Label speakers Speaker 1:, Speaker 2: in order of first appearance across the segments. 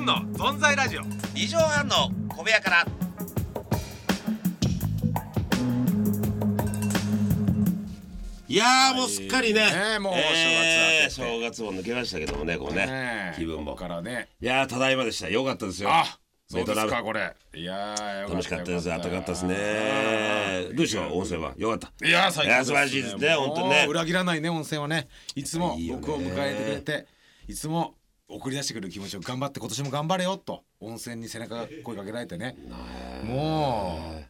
Speaker 1: の存在ラジオ
Speaker 2: 二畳半の小部屋からいやーもうすっかりね、
Speaker 3: ねもう
Speaker 2: えー正
Speaker 3: 正月明
Speaker 2: 月も抜けましたけどもねこう
Speaker 3: け
Speaker 2: ね
Speaker 3: てね
Speaker 2: 気分も
Speaker 3: ここからね
Speaker 2: いやーただいまでしたよかったですよ
Speaker 3: あそうで
Speaker 2: メ
Speaker 3: す
Speaker 2: トラ
Speaker 3: かこれいやーよ
Speaker 2: 楽しかったです
Speaker 3: よ
Speaker 2: 暖かかったですねどうしよう温泉はよかった
Speaker 3: いやー最
Speaker 2: いや
Speaker 3: 高
Speaker 2: 素晴らしいですね
Speaker 3: もう
Speaker 2: 本当にね
Speaker 3: 裏切らないね温泉はねいつも
Speaker 2: いいよね
Speaker 3: 僕を迎えてくれていつも送り出してくれる気持ちを頑張って今年も頑張れよと温泉に背中が声かけられてねもう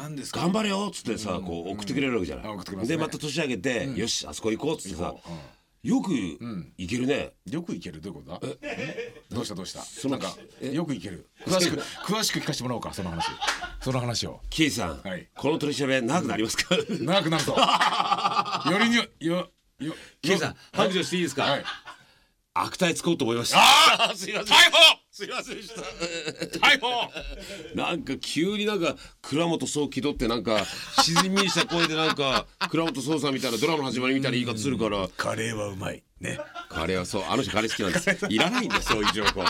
Speaker 3: 何ですか
Speaker 2: 頑張れよっつってさこう送ってくれるわけじゃな
Speaker 3: あ送ってくれ
Speaker 2: い
Speaker 3: ます
Speaker 2: で
Speaker 3: ね
Speaker 2: また年上げてよしあそこ行こうっつってさよく行けるね
Speaker 3: よくいけるどういうことだどうしたどうした
Speaker 2: の
Speaker 3: なんかよくいける詳しく詳しく聞かせてもらおうかその話その話を
Speaker 2: キイさん
Speaker 3: はい
Speaker 2: この取り調べ長くなりますか
Speaker 3: 長くな るとよりによよよ
Speaker 2: キイさん白状していいですか
Speaker 3: はい
Speaker 2: 悪態つこうと思いました。ああ、すいません。逮捕。すいませんでした。逮捕。なんか急になんか倉本総気取ってなんか沈みにした声でなんか倉本総さんみたいなドラマの始まりみたいな言い方するから、
Speaker 3: カレーはうまいね
Speaker 2: カレーはそうあの人カレー好きなんです。いらないんだよそういう情報。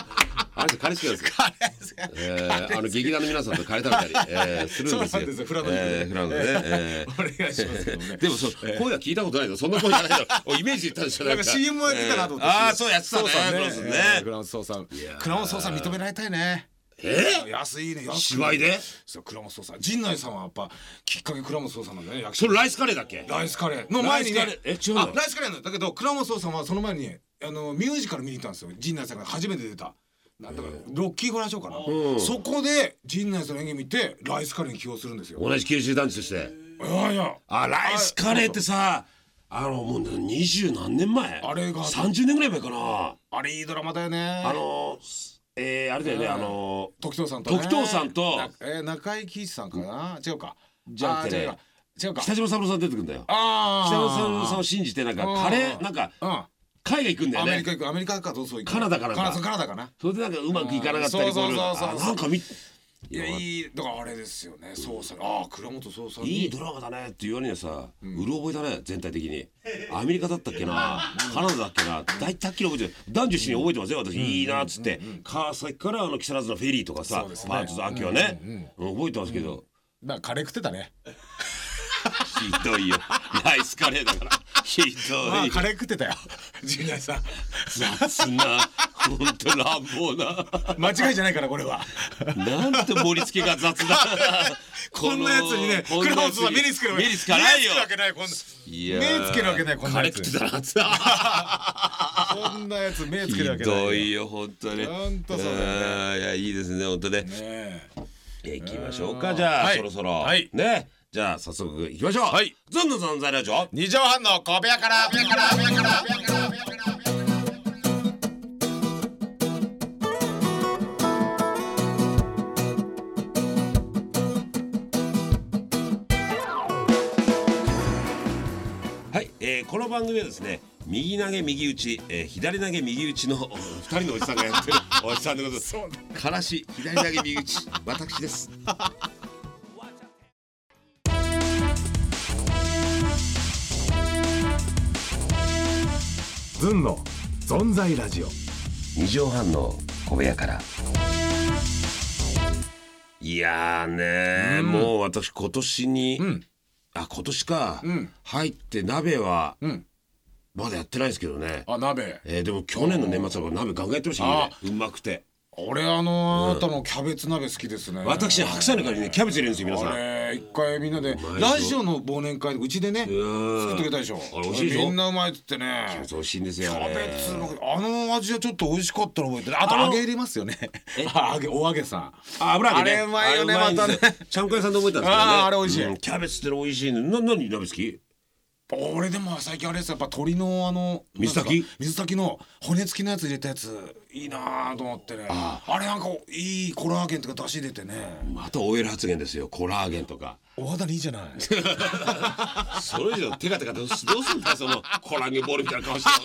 Speaker 2: あの人カレー好きなんです。
Speaker 3: カレー
Speaker 2: えー、あの劇団の皆さんとカレー食べたり、えー、するんです
Speaker 3: そう
Speaker 2: よ。
Speaker 3: なんですよフラノで
Speaker 2: えーフラノでね。えー
Speaker 3: お願いしますけどね
Speaker 2: でもそう、声は聞いたことないぞ。そんな声じゃない だろ。おイメージで言ったんでしょ。
Speaker 3: なんか CM もやってたなと思って
Speaker 2: えーああ、そうやってたね。そうですね。
Speaker 3: クラウンソーさんクラウンソーさん認められたいね
Speaker 2: えー
Speaker 3: 安いね安い
Speaker 2: 芝居で
Speaker 3: そうクラウンソーさん陣内さんはやっぱきっかけクラウンソーさんなんだよね役者
Speaker 2: それライスカレーだっけ
Speaker 3: ライスカレーの前にね
Speaker 2: ライスカレーえ違うの
Speaker 3: あライスカレーなんだけどクラウンソーさんはその前にねあのミュージカル見に行ったんですよ陣内さんが初めて出たなんだかロッキーホラーショーかな、そこで陣内さんの演技見てライスカレーに起用するんですよ
Speaker 2: 同じ九州男児として
Speaker 3: いやいや
Speaker 2: あライスカレーってさあのもう二十何年前
Speaker 3: あれが
Speaker 2: 30年ぐらい前かな
Speaker 3: あれいいドラマだよね
Speaker 2: あのえー、あれだよねあの
Speaker 3: 時藤さんと、
Speaker 2: 時藤さんと
Speaker 3: なえー、中井貴一さんかな違うか
Speaker 2: じゃなくてね
Speaker 3: あー違うか違うか
Speaker 2: 北島三郎さん出てくるんだよ
Speaker 3: あ
Speaker 2: 北島三郎さんを
Speaker 3: ん
Speaker 2: 信じてなんか
Speaker 3: うん
Speaker 2: カレーなんか
Speaker 3: うん
Speaker 2: 海外行くんだよ
Speaker 3: アメリカ
Speaker 2: ね
Speaker 3: 行くアメリカかどうそう行く
Speaker 2: カナダかなんか
Speaker 3: カナダカナダかな
Speaker 2: それでなんかうまくいかなかった
Speaker 3: う
Speaker 2: り
Speaker 3: ん
Speaker 2: こ
Speaker 3: そう
Speaker 2: ういう
Speaker 3: そ
Speaker 2: の
Speaker 3: うそうそう
Speaker 2: あなんか見
Speaker 3: いやいいだからあれですよね捜査ああ倉本捜査
Speaker 2: いいドラマだねっていう割にはさ、うる覚えだね全体的にアメリカだったっけなカナダだっけな大体はっきり覚えてる男女一緒に覚えてますよ私、いいなっつって、川崎からあの木更津のフェリーとかさ、
Speaker 3: そうですね
Speaker 2: パーツと秋はね、うん覚えてますけど、
Speaker 3: なんかカレー食ってたね
Speaker 2: ひどいよナイスカレーだからひどい
Speaker 3: ああカレー食ってたよ 陣内さん
Speaker 2: 雑な本当乱暴な
Speaker 3: 間違いじゃないからこれは
Speaker 2: なんて盛り付けが雑だ
Speaker 3: こんなやつにね
Speaker 2: こん
Speaker 3: 倉
Speaker 2: なや
Speaker 3: 本
Speaker 2: つ
Speaker 3: さん目につけるわけ
Speaker 2: 目につかないよ
Speaker 3: 目につけるわけないこんない
Speaker 2: やー
Speaker 3: 目つけるわけないこんな
Speaker 2: カレ
Speaker 3: や
Speaker 2: ー
Speaker 3: つ
Speaker 2: 食ってたなっつって
Speaker 3: こんなやつ目つけ
Speaker 2: ひ
Speaker 3: るわけない
Speaker 2: どいよ本当に。
Speaker 3: 本当そうだよね
Speaker 2: あーいやいいですね本当ね。
Speaker 3: ねえ
Speaker 2: いや行きましょうかじゃあ、
Speaker 3: はい
Speaker 2: そろそろ、
Speaker 3: はい
Speaker 2: ねじゃあ早速行きましょう。
Speaker 3: はい
Speaker 2: ずんの存在ラジオ。
Speaker 3: 二畳半の小部屋から
Speaker 2: はい、えーこの番組はですね右投げ右打ち、えー左投げ右打ちのお二人のおじさんがやってるおじさんでございます。からし左投げ右打ち私です。
Speaker 4: ズンの存在ラジオ
Speaker 2: 二畳半の小部屋から。いやーねーもう私今年に、
Speaker 3: ん
Speaker 2: あ今年か、
Speaker 3: ん
Speaker 2: 入って鍋は、
Speaker 3: うん
Speaker 2: まだやってないですけどね。
Speaker 3: あ鍋
Speaker 2: えー、でも去年の年末は鍋ガンガンやってましたけどねうまくて
Speaker 3: 俺あのあなたのキャベツ鍋好きですね
Speaker 2: 私白菜の代わりにねキャベツ入れるんですよ皆さん
Speaker 3: あ
Speaker 2: あれ
Speaker 3: れ一回みんなで
Speaker 2: まいぞ
Speaker 3: ラジオの忘年会でうちでね
Speaker 2: ん
Speaker 3: 作ってくれたでしょ
Speaker 2: あれ美味しいでしょ
Speaker 3: みんなうまいっつってね
Speaker 2: 美味しいんですよ
Speaker 3: キ
Speaker 2: あ
Speaker 3: ャ
Speaker 2: れ
Speaker 3: ベツのあの味はちょっと美味しかったの覚えてるあと揚げ入れますよねあ 揚げお揚げさん
Speaker 2: あ油揚げね
Speaker 3: あれうまいよね
Speaker 2: あれんですよ
Speaker 3: またね
Speaker 2: ちゃんこ屋さんで覚えたんですけどね
Speaker 3: あーあれ美味しい
Speaker 2: うんキャベツっての美味しいねな何鍋好き
Speaker 3: 俺でも最近あれですやっぱ鶏のあの
Speaker 2: 水炊き
Speaker 3: なんですか水炊きの骨付きのやつ入れたやついいなぁと思ってねあれなんかいいコラーゲンとか出汁出てね
Speaker 2: また OL 発言ですよコラーゲンとか
Speaker 3: お肌にいいじゃ ない
Speaker 2: それ以上テカテカどうすどうすんだよそのコラーゲンボールみたいな顔して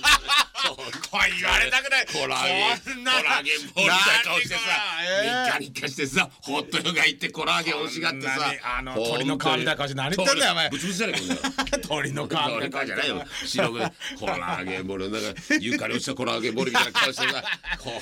Speaker 1: これ言われたくない。
Speaker 2: コラーゲ
Speaker 1: こ
Speaker 2: ン
Speaker 1: ん
Speaker 2: コ
Speaker 1: な
Speaker 2: ラーゲンボールみたいな顔してさ
Speaker 1: 何がえー
Speaker 2: ニッカニッカしてさホットヨガ行ってコラーゲン欲しがってさ
Speaker 1: こんなにあの鳥の皮みたいな顔して何言ってんだよお前
Speaker 2: ぶつぶつじゃねえこんなの
Speaker 1: 鳥の皮みたいな顔
Speaker 2: じゃないよ白くねコラーゲンボールの中ゆかり落ちたコラーゲンボールみたいな顔してさ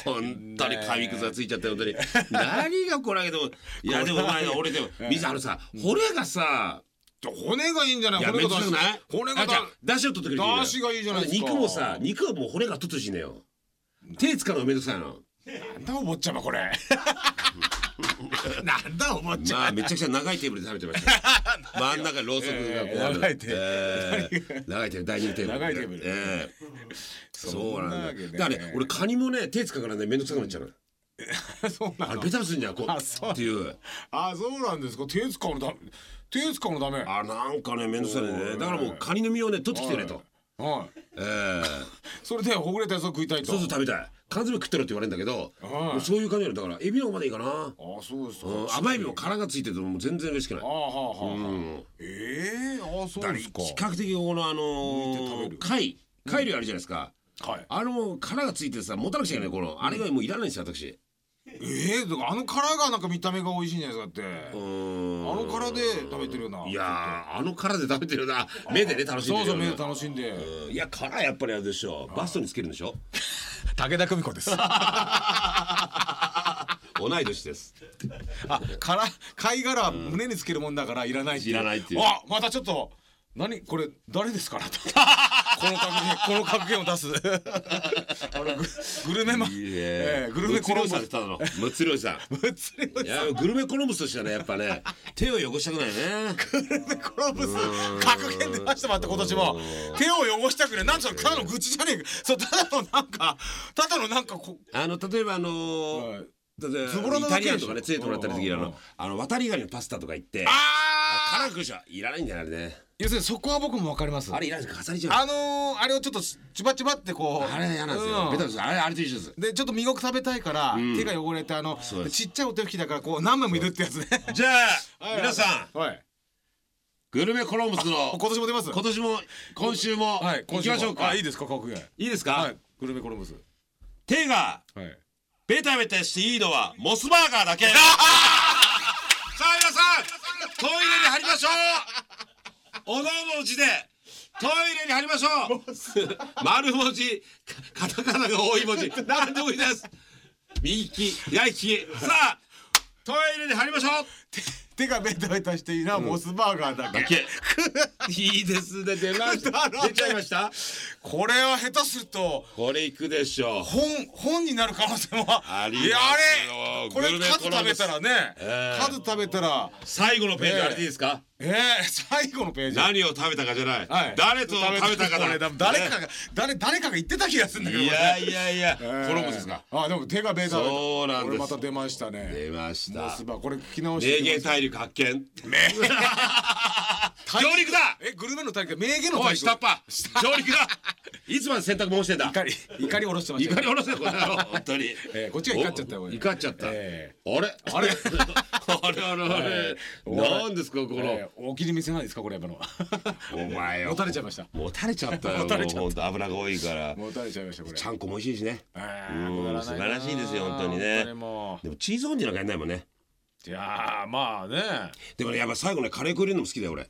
Speaker 2: 本当に紙くずがついちゃったよ本当に何がコラーゲンでもいやでもお前俺でも水あのさ骨がさ
Speaker 3: 骨がいいんじゃない
Speaker 2: いや
Speaker 3: 骨
Speaker 2: め
Speaker 3: が
Speaker 2: っちゃ
Speaker 3: 出
Speaker 2: く
Speaker 3: し
Speaker 2: ない
Speaker 3: 骨
Speaker 2: あ
Speaker 3: が
Speaker 2: じ
Speaker 3: 出
Speaker 2: ゃあ出汁を取ってくれる
Speaker 3: 出汁がいいじゃないですか
Speaker 2: 肉もさ肉はもう骨が取ってほしいんだよ手使うのめんどくさいの
Speaker 3: なんだお坊ちゃまこれ
Speaker 1: なんだおもちゃ。
Speaker 2: まあめちゃくちゃ長いテーブルで食べてましたよ 真ん中にろうそくがこうある
Speaker 1: 長いテ
Speaker 2: えー長いテーブル第二テーブル
Speaker 3: 長いテーブル
Speaker 2: ええそうなんだ
Speaker 3: そんなわけね
Speaker 2: だからね俺カニもね手使うからね面倒くさくなっちゃうの
Speaker 3: そうな
Speaker 2: あれ
Speaker 3: の
Speaker 2: ベタベタするんじゃんこ
Speaker 3: あそう
Speaker 2: うっていう
Speaker 3: あそうなんですか手使うのだ手使うのダメ
Speaker 2: あなんかね面倒くさい
Speaker 3: お
Speaker 2: ね
Speaker 3: い
Speaker 2: だからもうカニの身をね取ってきてくれと
Speaker 3: はい
Speaker 2: ええ
Speaker 3: それでほぐれたやつを食いたいと
Speaker 2: そうそう食べたい缶詰食ってろって言われるんだけど
Speaker 3: はい
Speaker 2: もうそういう感じなのだからエビの方までいいかな
Speaker 3: あそうですか
Speaker 2: うん甘エビも殻がついてても全然嬉しくない
Speaker 3: ああはあはあ、
Speaker 2: うん
Speaker 3: ええあそうですか
Speaker 2: 比較的このあの
Speaker 3: 抜いて食べ
Speaker 2: ー
Speaker 3: る
Speaker 2: 貝貝類あるじゃないですか、
Speaker 3: はい
Speaker 2: あの殻がついてさ持たなくちゃいけないこのあれがもういらないんですよ私
Speaker 3: ええだからあの殻がなんか見た目が美味しいんじゃないですかだっ
Speaker 2: う
Speaker 3: て、
Speaker 2: ーん
Speaker 3: あの殻で食べてるようないい
Speaker 2: やーあの殻で食べてるな目でね楽しんで
Speaker 3: そう
Speaker 2: る
Speaker 3: そ
Speaker 2: よ
Speaker 3: う
Speaker 2: な
Speaker 3: 目で楽しんで、
Speaker 2: うんいや殻やっぱりあれでしょバストにつけるんでし ょ
Speaker 1: 武田久美子です。
Speaker 2: 同い年です
Speaker 3: あ殻貝殻は胸につけるもんだからいらないって
Speaker 2: いらないっていう
Speaker 3: あまたちょっと何これ誰ですからとこの格言この格言を出す あのググルメマンええグルメコロン
Speaker 2: さ
Speaker 3: ボ
Speaker 2: んって言っ
Speaker 3: ス
Speaker 2: ただろムツリョウ さん
Speaker 3: むつりの
Speaker 2: いやグルメコロンブスとしてはねやっぱね手を汚したくないね
Speaker 3: コロンブス格言出ましたもって今年も手を汚したくねなんつうのただの愚痴じゃねえかそうただのなんかただのなんかこ
Speaker 2: あの例えばあのー
Speaker 3: はい
Speaker 2: 例えば
Speaker 3: ズボラな
Speaker 2: イ
Speaker 3: だ
Speaker 2: タリ
Speaker 3: けでしょ
Speaker 2: アンとかね連れてもらったりする時あ
Speaker 3: うんうんう
Speaker 2: の
Speaker 3: ん
Speaker 2: あの渡りガニのパスタとか行って
Speaker 3: あ
Speaker 2: 辛くじゃいらないんだよあれね
Speaker 3: 要するにそこは僕もわかります
Speaker 2: あれいらない飾りじゃん
Speaker 3: あのー、あれをちょっとチバチバってこう
Speaker 2: あれ嫌なんですよ、
Speaker 3: うん
Speaker 2: ベタですあれあれと一緒です
Speaker 3: でちょっと身ごく食べたいから、手が汚れてあの
Speaker 2: そうです
Speaker 3: ちっちゃいお手拭きだからこう何枚もいるってやつね
Speaker 2: じゃあ、
Speaker 3: は い
Speaker 2: 皆さん
Speaker 3: はい
Speaker 2: グルメコロンブスの
Speaker 3: 今年も出ます
Speaker 2: 今年も今週も、
Speaker 3: はい
Speaker 2: 行きましょうか
Speaker 3: あ
Speaker 2: い
Speaker 3: いいですか格言
Speaker 2: いですか、
Speaker 3: はいグルメコロンブス
Speaker 2: 手が
Speaker 3: はい
Speaker 2: ベタベタしていいのはモスバーガーだけ さあ皆さんトイレに貼りましょうおのおのうちでトイレに貼りましょう丸文字カタカナが多い文 字何でもいいです右利き左利きさあトイレに貼りましょう
Speaker 3: 手がベタベタしていいな、モスバーガーだけ
Speaker 2: だけ。いいですね、出ました。出ちゃいました。
Speaker 3: これは下手すると
Speaker 2: これいくでしょう。
Speaker 3: 本本になる可能性も
Speaker 2: ありますよ
Speaker 3: いやあれこれ
Speaker 2: グルメ
Speaker 3: 数
Speaker 2: コロン
Speaker 3: 食
Speaker 2: ブ
Speaker 3: べ
Speaker 2: ス
Speaker 3: たらね、
Speaker 2: ええ
Speaker 3: 数食べたら
Speaker 2: 最後のページ、あれでいいですか。
Speaker 3: ええ最後のページ
Speaker 2: 何を食べたかじゃない。誰と食べたかだ。
Speaker 3: これ誰かが誰誰かが言ってた気がするんだけど
Speaker 2: い
Speaker 3: これ
Speaker 2: やいやいや、コ
Speaker 3: えー
Speaker 2: ロンブスですか。
Speaker 3: あでも手がベタだ
Speaker 2: そうなんです
Speaker 3: これまた出ましたね
Speaker 2: 出まし
Speaker 3: モ
Speaker 2: た
Speaker 3: ス。バーこれ聞き直し
Speaker 2: 名
Speaker 3: てみま
Speaker 2: 言
Speaker 3: す
Speaker 2: 大陸発見。上陸だ。
Speaker 3: えグルメの大陸名言の大陸
Speaker 2: おい、下っ端。上陸だ。いつまで洗濯物してんだ。
Speaker 3: 怒り怒り下ろしてました
Speaker 2: 怒り下ろせよ、この野郎本当に。
Speaker 3: えーこっちが怒っちゃったよ俺
Speaker 2: 怒っちゃった。あれ
Speaker 3: え。
Speaker 2: あれ。あれあれあれ。なんですか、この。
Speaker 3: えーお気に召せないですかこれやっぱの
Speaker 2: お前よ
Speaker 3: 持たれちゃいました
Speaker 2: もたれちゃったよ
Speaker 3: もたれちゃっ
Speaker 2: も
Speaker 3: た
Speaker 2: うほんと油が多いから
Speaker 3: もう打たれちゃいましたこれ
Speaker 2: ちゃんこも美味しいしね
Speaker 3: あ
Speaker 2: う
Speaker 3: ー
Speaker 2: ん
Speaker 3: くだな
Speaker 2: 素晴らしいですよ本当にね
Speaker 3: 本当も
Speaker 2: でもチーズオンジなんかやんないもんね
Speaker 3: ういやーまあね
Speaker 2: でもねやっぱ最後ねカレー食えるのも好きだよ俺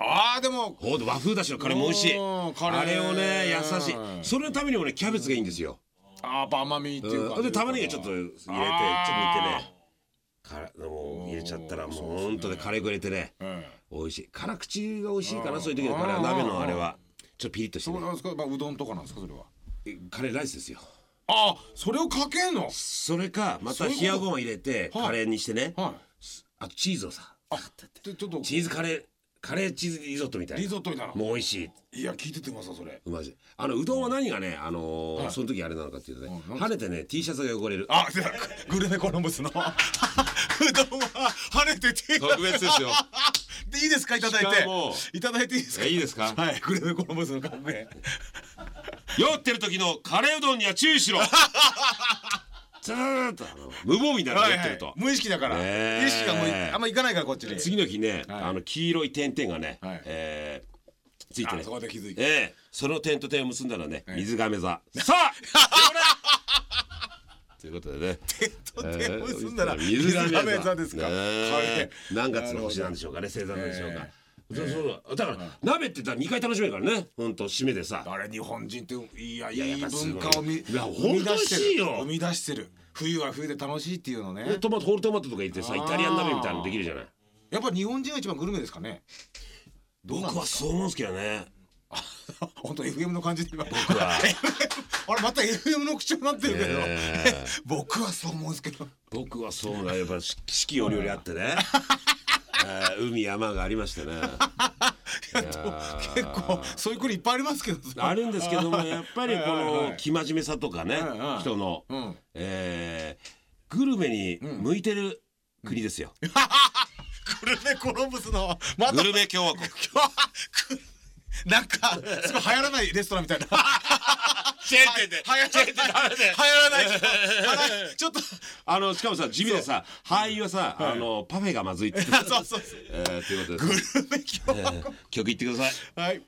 Speaker 3: あーでも
Speaker 2: ほんと和風だしのカレーも美味しい
Speaker 3: うんカレー
Speaker 2: あれをね優しいそれのためにもねキャベツがいいんですよ
Speaker 3: あーやっぱ甘みっていうか
Speaker 2: うんで玉ねぎをちょっと入れてちょっと煮てね
Speaker 3: あ
Speaker 2: からもう入れちゃったらもうほんとねカレー食れてね
Speaker 3: うん
Speaker 2: 美味しい辛口が美味しいかなそういう時のカレーは鍋のあれはちょっとピリッとして
Speaker 3: そう
Speaker 2: ね
Speaker 3: なんですか、まあ、うどんとかなんですかそれは
Speaker 2: カレーライスですよ
Speaker 3: あーそれをかけんの
Speaker 2: それかまた
Speaker 3: そういうこと
Speaker 2: 冷やごま入れて
Speaker 3: はい
Speaker 2: カレーにしてね
Speaker 3: は
Speaker 2: あとチーズをさ
Speaker 3: いでちょっと
Speaker 2: チーズカレーカレーチーズリゾットみたいな
Speaker 3: リゾットみたいな
Speaker 2: もう美味しい
Speaker 3: いや聞いててますわそれ
Speaker 2: うまいあのうどんは何がねあのー
Speaker 3: はい
Speaker 2: その時あれなのかっていうとね
Speaker 3: うん
Speaker 2: 跳ねてね T シャツが汚れる
Speaker 3: あ、でグルメコロンブスのうどんは晴れてて
Speaker 2: 特別ですよ
Speaker 3: でいいですかいただい
Speaker 2: しかも
Speaker 3: ていただいていいですか
Speaker 2: いいですか
Speaker 3: はいグルメコロンブスの格言
Speaker 2: 酔ってる時のカレーうどんには注意し ろずーっとあの無防備なら
Speaker 3: は
Speaker 2: 酔
Speaker 3: い
Speaker 2: っ
Speaker 3: は
Speaker 2: てる
Speaker 3: い
Speaker 2: と、
Speaker 3: 無意識だから、
Speaker 2: ねえ
Speaker 3: 意識がもういあんまいかないからこっちに
Speaker 2: 次の日ね、
Speaker 3: はい
Speaker 2: あの黄色い点々がね、
Speaker 3: はい
Speaker 2: えーついて
Speaker 3: あ
Speaker 2: ね
Speaker 3: そこで気づいて
Speaker 2: ええその点と点を結んだらね、水亀座さあということでね
Speaker 1: と手を結んだら
Speaker 2: えー水
Speaker 1: 水
Speaker 2: 亀
Speaker 1: 亀
Speaker 2: 座
Speaker 1: 座ですか
Speaker 2: ねえ
Speaker 1: はい
Speaker 2: 何月の星なんでしょうかね星座なんでしょうか
Speaker 1: え、
Speaker 2: そうそうだから、鍋って言ったら2回楽しめるからねほんと締めでさ
Speaker 3: あれ日本人っていやい
Speaker 2: やや
Speaker 3: やい
Speaker 2: っ
Speaker 3: い
Speaker 2: ぱすごい
Speaker 3: 文化をみ
Speaker 2: いや
Speaker 3: 生
Speaker 2: 本
Speaker 3: み出して
Speaker 2: 当美味しい
Speaker 3: る
Speaker 2: よ
Speaker 3: 生み出してる冬は冬で楽しいっていうのね
Speaker 2: トマトホールトマトとか言ってさ
Speaker 3: あ
Speaker 2: イ
Speaker 3: ー
Speaker 2: タリアン鍋みたいなのできるじゃない
Speaker 3: やっぱ日本人が一番グルメですか ね
Speaker 2: 僕はそう思うんですけどね
Speaker 3: 本当 FM の感じで今
Speaker 2: 僕は、
Speaker 3: あれまた FM の口調になってるけど、
Speaker 2: えー
Speaker 3: 僕はそう思うんですけど
Speaker 2: 僕はそうだやっぱ四四季折々あってねえー海山がありましてねいやー
Speaker 3: 結構そういう国いっぱいありますけど
Speaker 2: あるんですけどもやっぱりこ
Speaker 3: はいはい
Speaker 2: の
Speaker 3: はい
Speaker 2: 生真面目さとかね
Speaker 3: はいはい
Speaker 2: 人の、
Speaker 3: うん
Speaker 2: えーグルメに向いてる国ですよ、
Speaker 1: グルメコロンブスのまた
Speaker 2: グルメ共和国
Speaker 1: なんかすごい流行らないレストランみたいな
Speaker 2: チェーン店で
Speaker 1: 流行らない流行らないちょっと
Speaker 2: あのしかもさ地味でさ俳優はさ、あのパフェがまずいって
Speaker 1: そうそうそう
Speaker 2: えー、ということでグル メ共和国、えー曲いってくださ
Speaker 1: は
Speaker 2: い
Speaker 1: い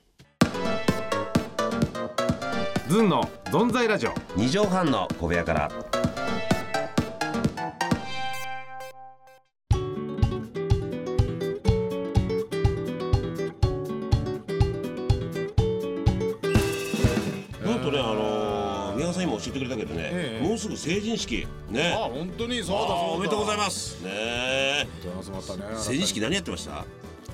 Speaker 4: ずんのぞんざいラジオ
Speaker 2: 二畳半の小部屋からなんとねあのー宮川さん今教えてくれたけどね、
Speaker 1: ええ
Speaker 2: もうすぐ成人式
Speaker 1: あ
Speaker 2: ね
Speaker 1: 本当にそうだそ
Speaker 2: あ
Speaker 1: うだ
Speaker 2: ーおめでとうござい
Speaker 1: す
Speaker 2: ますね成人式何やってました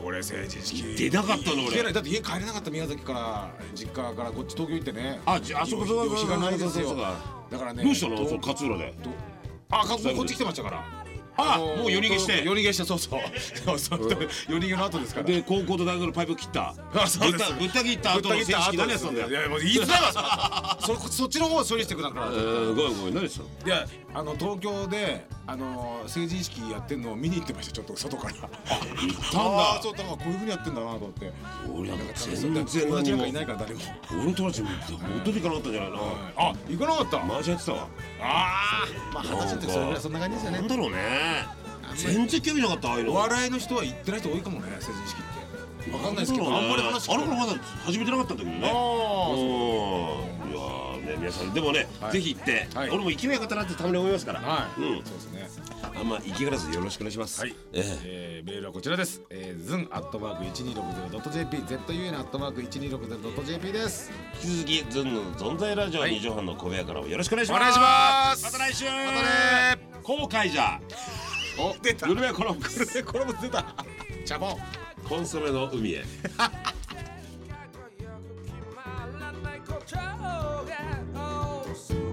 Speaker 3: 俺成人式
Speaker 2: 出なかったの
Speaker 3: 行けな
Speaker 2: 俺
Speaker 3: いだって家帰れなかった宮崎から実家からこっち東京行ってね
Speaker 2: あじあそこそこ
Speaker 3: 旅費がないです
Speaker 2: そ
Speaker 3: よ
Speaker 2: うだ
Speaker 3: だからね
Speaker 2: どうしたの
Speaker 3: と
Speaker 2: そう勝浦で
Speaker 3: とあカツオこっち来てましたから
Speaker 2: あ
Speaker 3: のー
Speaker 2: もう夜逃げして
Speaker 3: 夜逃げしてそうそう そうそう夜逃げの後ですから
Speaker 2: で高校と大学のパイプ切った
Speaker 3: あそう
Speaker 2: ぶ
Speaker 3: で
Speaker 2: った
Speaker 3: す
Speaker 2: ぶった切った後の正
Speaker 3: ぶった切った
Speaker 2: 式
Speaker 3: 後
Speaker 2: 何や
Speaker 3: で
Speaker 2: って
Speaker 3: す
Speaker 2: たんだよ
Speaker 3: いやもう言いづらいわそれそっちの方を処理してくだから
Speaker 2: えーごめんごめん何ですよ
Speaker 3: いやあの東京であの成人式やってんのを見に行ってましたちょっと外から
Speaker 2: 行ったん
Speaker 3: ああ
Speaker 2: だ
Speaker 3: ーそうだからこういう風にやってんだなと思って
Speaker 2: 俺なんか
Speaker 3: そ
Speaker 2: 全
Speaker 3: んな
Speaker 2: 然
Speaker 3: 友達
Speaker 2: 何
Speaker 3: なん
Speaker 2: も
Speaker 3: かいないから誰も
Speaker 2: 俺の友達も踊りかなかったんじゃないな
Speaker 3: あ行かなかった
Speaker 2: マージャンやってたわ
Speaker 3: ああまあ
Speaker 2: なんか
Speaker 3: 話してそれぐらいそんな感じですよ
Speaker 2: なん
Speaker 3: ね
Speaker 2: だろうね全然興味なかったああいうの
Speaker 3: お笑いの人は行ってない人多いかもね成人式ってわかんないですけどあんまり話聞
Speaker 2: あれこ
Speaker 3: かな
Speaker 2: れ
Speaker 3: い
Speaker 2: まだ始めてなかったんだけどね
Speaker 3: あ
Speaker 2: う
Speaker 3: ー
Speaker 2: んいやーね皆さんでもね
Speaker 3: はい
Speaker 2: ぜひ行って
Speaker 3: はい
Speaker 2: 俺も行けばよかったなってたまに思いますから
Speaker 3: はい、
Speaker 2: うん
Speaker 3: そうですね
Speaker 2: あんま行きがらずよろしくお願いします
Speaker 3: はい
Speaker 2: ええ
Speaker 3: えー、メールはこちらです。えー、zun アットマーク一二六ゼロドット jp、zun アットマーク一二六ゼロドット jp です。
Speaker 2: 引き続きズンの存在ラジオ二畳半の小部屋からもよろしくお願いしま
Speaker 1: お
Speaker 2: す。
Speaker 1: 願いします
Speaker 2: また来週。ま
Speaker 1: たね
Speaker 2: 後悔じゃ。
Speaker 3: お、出た
Speaker 2: グルメコロンブス
Speaker 3: これも出た。チャボン。
Speaker 2: コンソメの海へ。
Speaker 5: Like a young kid, my life like a drug. Oh,